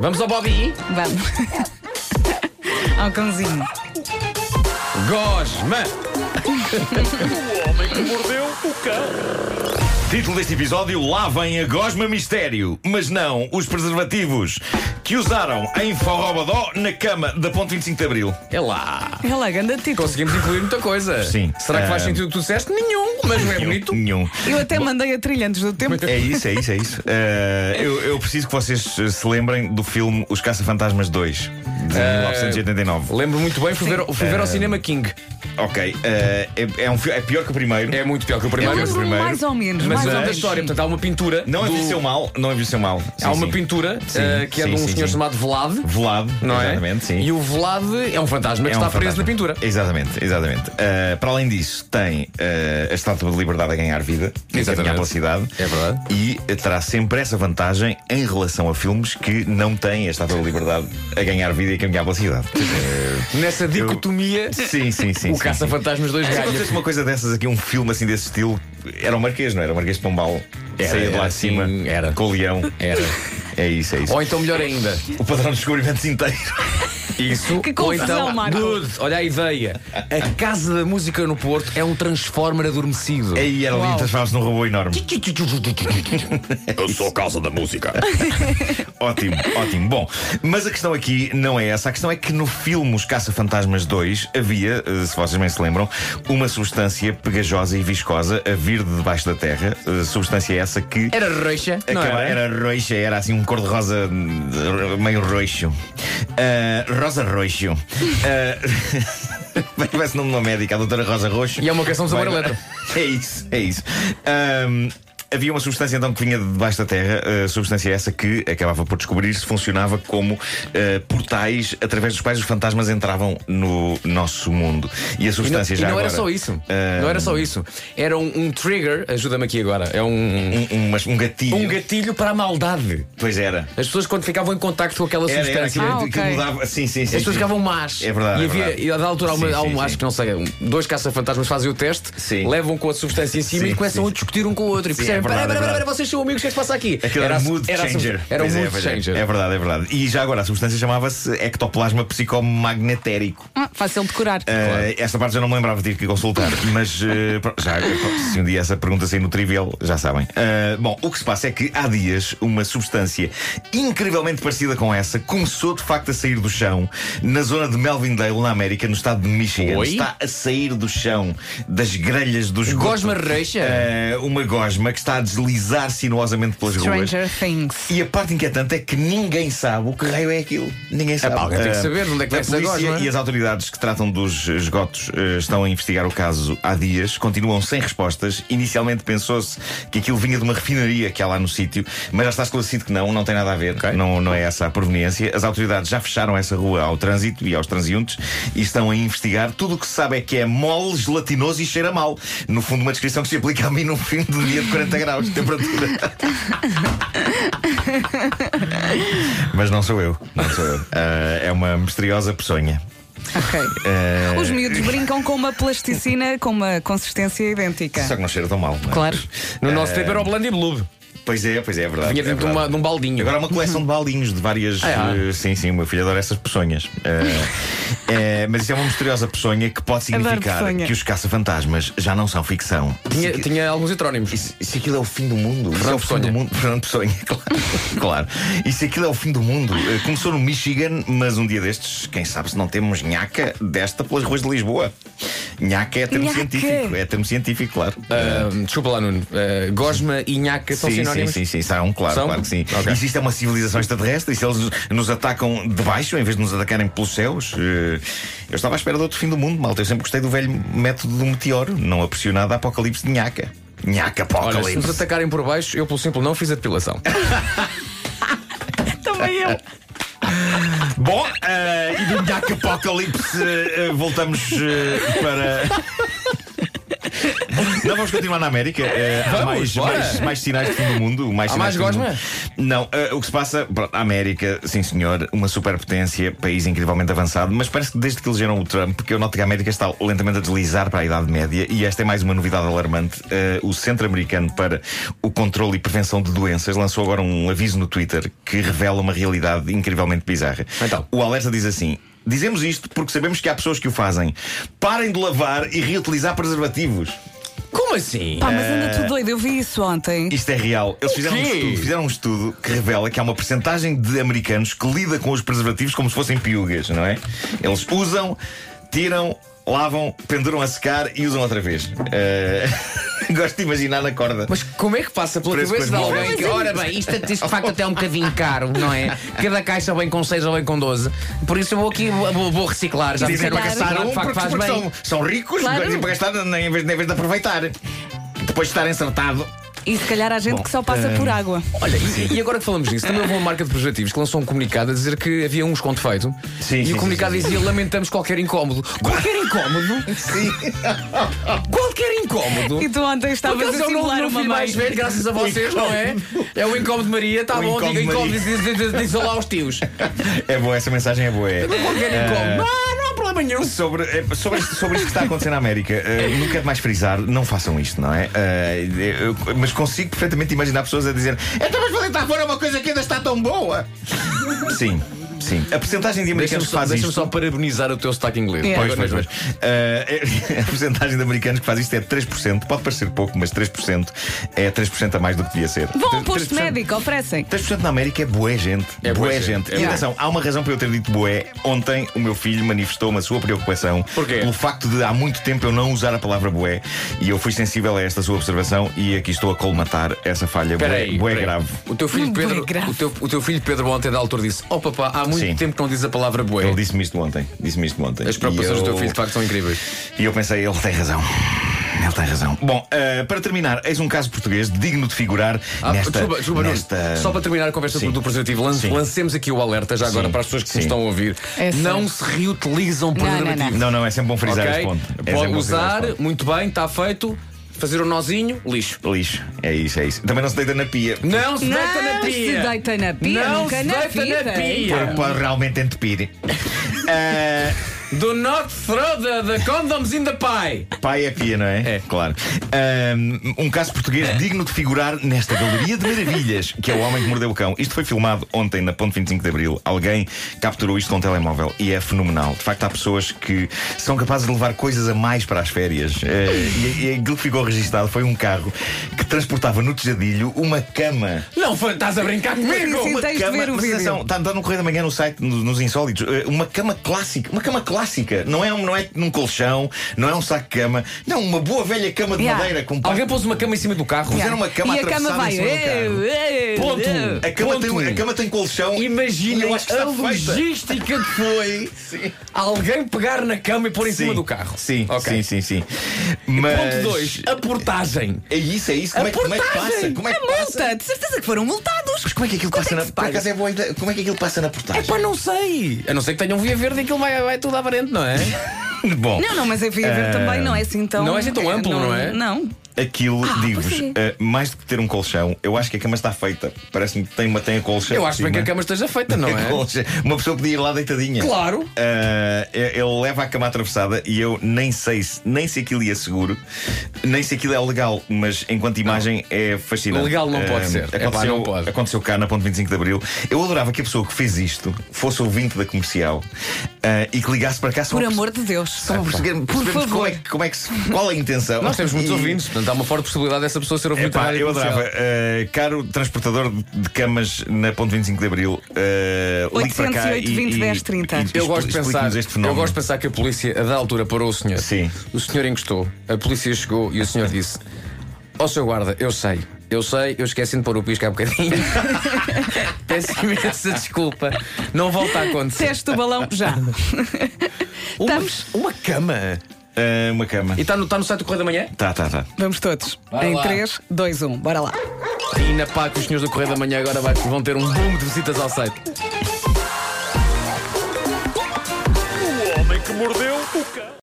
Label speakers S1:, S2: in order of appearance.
S1: Vamos ao Bobby?
S2: Vamos. Ao cãozinho.
S1: Gosma!
S3: Título deste episódio: Lavem a Gosma Mistério, mas não os preservativos que usaram em Forrobadó na cama da Ponte 25 de Abril.
S1: É lá!
S2: É lá, ganda título.
S1: Conseguimos incluir muita coisa.
S3: Sim.
S1: Será que faz
S3: Ah.
S1: sentido o que tu disseste? Nenhum, mas não é bonito.
S3: Nenhum.
S2: Eu até mandei a trilha antes do tempo.
S3: É isso, é isso, é isso. Ah, eu, eu preciso que vocês eh, se lembrem do filme Os Caça-Fantasmas 2, de
S1: Eh,
S3: 1989.
S1: Lembro muito bem, fui, ver, fui ver
S3: Ah.
S1: ao cinema King.
S3: Ok, ah, é, é um fi- é pior que o primeiro.
S1: É muito pior que o
S2: Eu
S1: primeiro.
S2: lembro-me
S3: primeiro.
S2: mais ou menos.
S1: Mas
S2: mais
S1: é
S2: ou
S1: da
S2: menos.
S1: história, portanto, há uma pintura.
S3: Não
S1: do-
S3: envelheceu mal, não envelheceu mal. Sim,
S1: Há uma
S3: sim.
S1: pintura
S3: Sim,
S1: eh, que é de
S3: sim,
S1: um
S3: sim,
S1: senhor
S3: sim.
S1: chamado Vlad.
S3: Velado,
S1: Não é?
S3: exatamente, sim.
S1: E o Vlad é um fantasma que
S3: É um
S1: está preso
S3: fantasma.
S1: na pintura.
S3: Exatamente, exatamente. Ah, para além disso, tem ah, a estátua de liberdade a ganhar vida, e a
S1: Exatamente.
S3: caminhar pela cidade.
S1: É verdade.
S3: E ah, terá sempre essa vantagem em relação a filmes que não têm a estátua de liberdade a ganhar vida e a caminhar pela cidade.
S1: Nessa dicotomia,
S3: sim, sim, sim.
S1: o
S3: sim, sim. É
S1: Caça-Fantasmas 2
S3: Se
S1: ganha.
S3: acontecesse uma coisa dessas aqui, um filme assim desse estilo, era o Marquês, não era? O Marquês de Pombal.
S1: Era,
S3: Saía de
S1: era
S3: lá
S1: assim,
S3: acima
S1: era.
S3: com o leão.
S1: Era.
S3: É isso, é isso.
S1: Ou então, melhor ainda,
S3: O padrão de descobrimentos inteiro.
S1: Isso.
S2: Que
S1: Ou
S2: confusão,
S1: então,
S2: Marco.
S1: Dude, olha a ideia. A Casa da Música no Porto é um transformer adormecido.
S3: Aí era
S2: Uau.
S3: lindo, transformava-se num robô enorme.
S4: Eu sou a causa da música.
S3: Ótimo, ótimo. Bom, mas a questão aqui não é essa. A questão é que no filme Os Caça-Fantasmas 2 havia, eh, se vocês bem se lembram, uma substância pegajosa e viscosa a vir de debaixo da terra. Eh, Substância essa É que.
S1: Era roxa, não
S3: acaba-
S1: era?
S3: era roxa, era assim um cor-de-rosa hum, r- meio roxo. Ah, rosa roxo. Uh, Parece nome de uma médica, a doutora Rosa Roxo.
S1: E é uma canção sobre
S3: Bem,
S1: a letra.
S3: É isso, é isso. Ahm, havia uma substância então que vinha de debaixo da terra, eh, substância essa que acabava por descobrir se funcionava como eh, portais através dos quais os fantasmas entravam no nosso mundo. E a
S1: E não,
S3: substância
S1: e
S3: já
S1: não era
S3: agora,
S1: só isso.
S3: ah,
S1: Não era só isso. Era um, um trigger, ajuda-me aqui agora. É um,
S3: Um, um- mas um gatilho.
S1: um gatilho para a maldade.
S3: Pois era.
S1: As pessoas, quando ficavam em contacto com aquela
S3: Era, era
S1: substância,
S3: aquilo
S2: Ah,
S3: que- que
S2: ok.
S3: mudava. Sim, sim, sim.
S1: as pessoas
S3: sim.
S1: ficavam más.
S3: É verdade,
S1: E
S3: é
S1: havia,
S3: verdade.
S1: e a dada altura, há uma,
S3: Sim,
S1: há
S3: sim,
S1: um, acho
S3: sim.
S1: que não sei, um- dois caça-fantasmas fazem o teste,
S3: Sim.
S1: levam com a substância em cima
S3: Sim,
S1: e começam
S3: sim,
S1: a
S3: sim.
S1: discutir um com o outro. E
S3: Sim, é
S1: percebem,
S3: verdade,
S1: pera,
S3: é
S1: pera, pera,
S3: verdade.
S1: vocês são amigos, o que é que se passa aqui?
S3: Aquilo era,
S1: a-
S3: mood
S1: a-
S3: changer.
S1: Era um
S3: Pois é,
S1: mood
S3: pois é.
S1: changer.
S3: É verdade, é verdade. E já agora, a substância chamava-se ectoplasma psicomagnetérico.
S2: Ah, fácil de curar.
S3: Eh, Esta parte já não me lembrava de ter que consultar, mas eh, pro- já, se um dia essa pergunta sair no trivial, já sabem. Eh, bom, o que se passa é que há dias uma substância incrivelmente parecida com essa começou de facto a sair do chão na zona de Melvindale, na América, no estado de Michigan.
S1: Oi?
S3: Está a sair do chão, das grelhas dos Eh,
S1: Gosma reixa?
S3: É, uma gosma que está a deslizar sinuosamente pelas ruas.
S2: Stranger Things.
S3: E a parte inquietante é que ninguém sabe o que raio é aquilo. Ninguém sabe.
S1: pá, alguém tem que
S3: Ah,
S1: saber de onde é que
S3: a
S1: vem essa
S3: polícia
S1: gosma.
S3: E as autoridades que tratam dos esgotos eh, estão a investigar o caso há dias, continuam sem respostas. Inicialmente pensou-se que aquilo vinha de uma refinaria que há lá no sítio, mas já está esclarecido que não, não tem nada a ver.
S1: Ok.
S3: Não, não é essa a proveniência. As autoridades já fecharam essa rua ao trânsito e aos transeuntes e estão a investigar. Tudo o que se sabe é que é mole, gelatinoso e cheira mal. No fundo, uma descrição que se aplica a mim num fim de dia de 40 graus de temperatura. Mas não sou eu, não sou eu. Ah, é uma misteriosa peçonha. Ah,
S2: Ok.
S3: É.
S2: Os miúdos brincam com uma plasticina com uma consistência idêntica.
S3: Só que não cheira tão mal. não é?
S2: Claro.
S1: No nosso tempo era o Blandy Blue.
S3: Pois é, pois é, é verdade.
S1: Vinha
S3: é
S1: dentro de,
S3: verdade.
S1: uma- de um baldinho.
S3: Agora há uma coleção de baldinhos de várias.
S1: Ah, é?
S3: eh, sim, sim, o meu filho adora essas peçonhas. Eh, eh, mas isso é uma misteriosa peçonha que pode
S2: Adoro
S3: significar
S2: peçonha.
S3: que os caça-fantasmas já não são ficção.
S1: tinha,
S3: Se-
S1: tinha alguns heterónimos.
S3: Isso- Se aquilo é o fim do mundo, isso é o fim
S1: Peçonha.
S3: do mundo. Fernando Peçonha, claro. claro. E se aquilo é o fim do mundo? Eh, Começou no Michigan, mas um dia destes, quem sabe se não temos nhaca desta pelas ruas de Lisboa. Nhaca é termo
S2: Nhaca.
S3: científico, é termo científico, claro.
S1: Ah, desculpa lá, Nuno. Ah, gosma e nhaca são
S3: Sim, sim,
S1: sinónimos.
S3: sim, sim, são, claro,
S1: São?
S3: claro que sim.
S1: Ok.
S3: E se isto é uma civilização extraterrestre, e se eles nos atacam de baixo em vez de nos atacarem pelos céus, eh, eu estava à espera de outro fim do mundo, malta. Eu sempre gostei do velho método do meteoro, não a pressionada apocalipse de nhaca. Nhaca
S1: Olha, se nos
S3: apocalipse.
S1: atacarem por baixo, eu, pelo simples, não fiz a depilação.
S2: Também eu.
S3: Bom, eh, e do nhaca apocalipse eh, eh, voltamos eh, para. Não vamos continuar na América. Eh, há
S1: Vamos,
S3: mais,
S1: bora.
S3: mais, mais sinais de fim do mundo. Mais
S1: Há
S3: sinais
S1: mais
S3: de fim do
S1: gosma?
S3: mundo. Não, eh, o que se passa. Pronto, a América, sim senhor, uma superpotência, país incrivelmente avançado, mas parece que desde que elegeram o Trump, que eu noto que a América está lentamente a deslizar para a Idade Média, e esta é mais uma novidade alarmante. Eh, o Centro Americano para o Controlo e Prevenção de Doenças lançou agora um aviso no Twitter que revela uma realidade incrivelmente bizarra.
S1: Então.
S3: O alerta diz assim. Dizemos isto porque sabemos que há pessoas que o fazem. Parem de lavar e reutilizar preservativos.
S1: Como assim?
S2: Pá, mas anda tudo doido, eu vi isso ontem.
S3: Isto é real. Eles fizeram um,
S1: quê?
S3: estudo, fizeram um estudo que revela que há uma porcentagem de americanos que lida com os preservativos como se fossem piugas, não é? Eles usam, tiram, lavam, penduram a secar e usam outra vez. Eh, Gosto de imaginar na corda.
S1: Mas como é que passa pela
S3: Parece
S1: cabeça de
S3: coisa
S1: alguém que, ora bem, isto, isto de facto até é um bocadinho caro, não é? Cada caixa vem com 6 ou vem com 12. Por isso eu vou aqui, vou, vou reciclar. Já
S3: Dizem
S1: disseram
S3: para
S1: que
S3: gastar
S1: reciclar
S3: um
S1: de facto
S3: porque,
S1: faz
S3: porque
S1: bem.
S3: são, são ricos,
S2: Claro.
S3: dizem para gastar nem- em vez, em vez de aproveitar. Depois de estar ensartado.
S2: E se calhar há gente que só passa por água.
S1: Olha, e, e agora que falamos disso, também houve uma marca de preservativos que lançou um comunicado a dizer que havia um desconto feito.
S3: Sim,
S1: e
S3: sim,
S1: o comunicado
S3: sim, sim,
S1: dizia: lamentamos qualquer incómodo. Qualquer incómodo?
S3: Sim.
S1: Qualquer incómodo?
S2: E tu ontem
S1: Porque
S2: estavas
S1: eles
S2: a
S1: é o nome
S2: simular
S1: do
S2: uma
S1: filho
S2: mãe.
S1: mais velho, graças a vocês, não é? É o incómodo de Maria, está
S3: O
S1: bom, diga
S3: incómodo
S1: incómodo,
S3: de
S1: diz, diz, diz, diz lá aos tios.
S3: É boa, essa mensagem é boa. é.
S1: Qualquer incómodo. Ah, não há problema nenhum.
S3: Sobre, eh, sobre, isto, sobre isto que está a acontecer na América, eh, não quero mais frisar, não façam isto, não é? Eh, eu- mas consigo perfeitamente imaginar pessoas a dizer: Então, mas podem estar fora uma coisa que ainda está tão boa. Sim, sim. A porcentagem
S5: Deixa-me
S3: de americanos que
S5: só,
S3: faz
S5: deixa-me
S3: isto.
S5: só parabenizar o teu sotaque inglês.
S2: É.
S3: Pois, pois, pois. Eh, eh, a porcentagem de americanos que faz isto é 3%. Pode parecer pouco, mas 3% é 3% a mais do que devia ser.
S2: Vão a um
S3: 3%.
S2: posto médico, oferecem.
S3: 3% na América é boé gente.
S5: É bué
S3: Bué
S5: gente, é
S3: e
S5: bué.
S3: atenção, há uma razão para eu ter dito boé. Ontem o meu filho manifestou-me a sua preocupação
S5: Porquê?
S3: pelo facto de há muito tempo eu não usar a palavra boé e eu fui sensível a esta sua observação e aqui estou a colmatar essa falha.
S5: Espera
S3: Bué,
S5: aí,
S3: bué
S5: espera aí.
S3: grave.
S5: O teu filho
S2: Bué
S5: Pedro,
S2: grave.
S5: o teu, o teu filho Pedro ontem da altura disse: "Oh papá, há muito
S3: Sim.
S5: tempo que não diz a palavra bué".
S3: Ele disse-me isto ontem. Disse-me isto ontem.
S5: É. As preocupações
S3: E
S5: do teu
S3: eu-
S5: filho de facto são incríveis.
S3: E eu pensei, ele tem razão. Ele tem razão. Bom, ah, para terminar, eis um caso português digno de figurar
S5: Ah,
S3: nesta.
S5: desculpa, desculpa, Nuno.
S3: nesta...
S5: Só para terminar a conversa
S3: Sim.
S5: do preservativo, lan-
S3: Sim.
S5: lancemos aqui o alerta já agora
S3: Sim.
S5: para as pessoas que
S3: Sim.
S5: nos estão a ouvir.
S2: É sim.
S5: não se reutilizam
S2: não, não.
S5: preservativos.
S3: Não, não, é sempre bom frisar este
S5: Ok?
S3: ponto. É sempre bom
S5: Pode
S3: frisar
S5: usar,
S3: este ponto.
S5: muito bem, está feito. Fazer o nozinho, lixo.
S3: Lixo, é isso, é isso. Também não se deita na pia.
S5: Não se deita na
S2: Não se
S5: pia.
S2: deita na pia,
S5: Não
S2: nunca
S5: se
S2: na
S5: deita
S2: vida.
S5: na pia.
S3: Porque pode realmente entupir. Ah,
S5: Do not throw the, the condoms in the pie.
S3: pai é pia, não é?
S5: É.
S3: claro. Ah, um caso português digno de figurar nesta galeria de maravilhas, que é o homem que mordeu o cão. Isto foi filmado ontem na Ponte 25 de Abril. Alguém capturou isto com um telemóvel e é fenomenal. De facto, há pessoas que são capazes de levar coisas a mais para as férias. Ah, e, e aquilo que ficou registado foi um carro que transportava no tejadilho uma cama.
S5: Não foi- estás a brincar comigo?
S2: Sim, tens de ver o
S3: mas
S2: vídeo.
S3: atenção, está está no Correio da Manhã no site, no- nos insólitos. eh, Uma cama clássica. Uma cama clássica. Não é, um, não é num colchão, não é um saco de cama. Não, uma boa velha cama de
S2: Yeah.
S3: madeira com pá-
S5: Alguém pôs uma cama em cima do carro.
S3: Puseram uma cama
S2: e a cama
S3: atravessada
S2: vai.
S3: em cima do
S2: "Eu,
S3: carro.
S2: eu,
S5: Ponto.
S2: eu".
S3: A cama,
S5: Ponto.
S3: tem, um, a cama tem colchão.
S5: Imaginem
S3: Eu acho que
S5: a
S3: está feita.
S5: logística que foi
S3: Sim.
S5: alguém pegar na cama e pôr em
S3: Sim.
S5: cima do carro.
S3: Sim,
S5: Ok.
S3: sim, sim, sim. Mas...
S5: Ponto 2. A portagem.
S3: É isso, é isso. Como é, que- como é que passa? Como é que
S2: a
S3: passa?
S2: multa, de certeza que foram multados.
S3: Mas como é que aquilo
S2: Quanto
S3: passa
S2: é
S3: na
S2: que se
S3: por
S2: paga?
S3: acaso é boa ideia. Como é que aquilo passa na portagem?
S5: É pá, não sei. A não ser que tenham via verde e aquilo vai, vai tudo à frente, não é?
S3: Bom.
S2: Não, não, mas a via verde também não é assim tão.
S5: não é assim tão amplo, não é?
S2: Não.
S3: Aquilo,
S2: Ah,
S3: digo-vos,
S2: pois é.
S3: eh, mais do que ter um colchão, eu acho que a cama está feita. Parece-me que tem uma tem a colchão.
S5: Eu
S3: por
S5: acho bem que
S3: cima.
S5: a cama esteja feita, não
S3: A
S5: é?
S3: colcha. Uma pessoa podia ir lá deitadinha.
S5: Claro.
S3: Eh, ele leva a cama atravessada e eu nem sei se, nem se aquilo é seguro, nem se aquilo é legal, mas enquanto imagem é fascinante.
S5: Legal não pode
S3: Eh,
S5: ser. Epá,
S3: Aconteceu,
S5: não pode.
S3: aconteceu cá na Ponte 25 de Abril. Eu adorava que a pessoa que fez isto fosse ouvinte da comercial eh, e que ligasse para cá só
S2: Por
S3: para
S2: amor de Deus.
S3: perceber- só para perceber- percebermos como
S2: favor.
S3: é, que- como é que se- qual é a intenção.
S5: Nós temos muitos
S3: E-
S5: ouvintes, portanto há uma forte possibilidade dessa pessoa ser ouvinte da
S3: Epá,
S5: rádio
S3: eu
S5: comercial.
S3: adorava. Uh, caro transportador de camas na Ponte 25 de Abril, uh, ligue para cá
S2: 808 20 10 30.
S5: Eu gosto, de
S3: expli-
S5: pensar,
S3: explique-nos este fenómeno.
S5: eu gosto de pensar que a polícia, a da altura, parou o senhor.
S3: Sim.
S5: O senhor encostou, a polícia chegou e o senhor disse: Ó seu guarda, eu sei, eu sei, eu esqueci de pôr o pisco há bocadinho. Peço imensa desculpa, não volta a acontecer.
S2: Teste o balão já. Estamos.
S5: Uma, uma cama.
S3: Uh, uma cama.
S5: E está no, está no site do Correio da Manhã?
S3: Tá, tá, tá.
S2: Vamos todos.
S5: Bora
S2: em
S5: lá.
S2: 3, 2, 1, bora lá.
S5: E na pá que os senhores do Correio da Manhã agora vai- vão ter um boom de visitas ao site.
S4: O homem que mordeu o cão.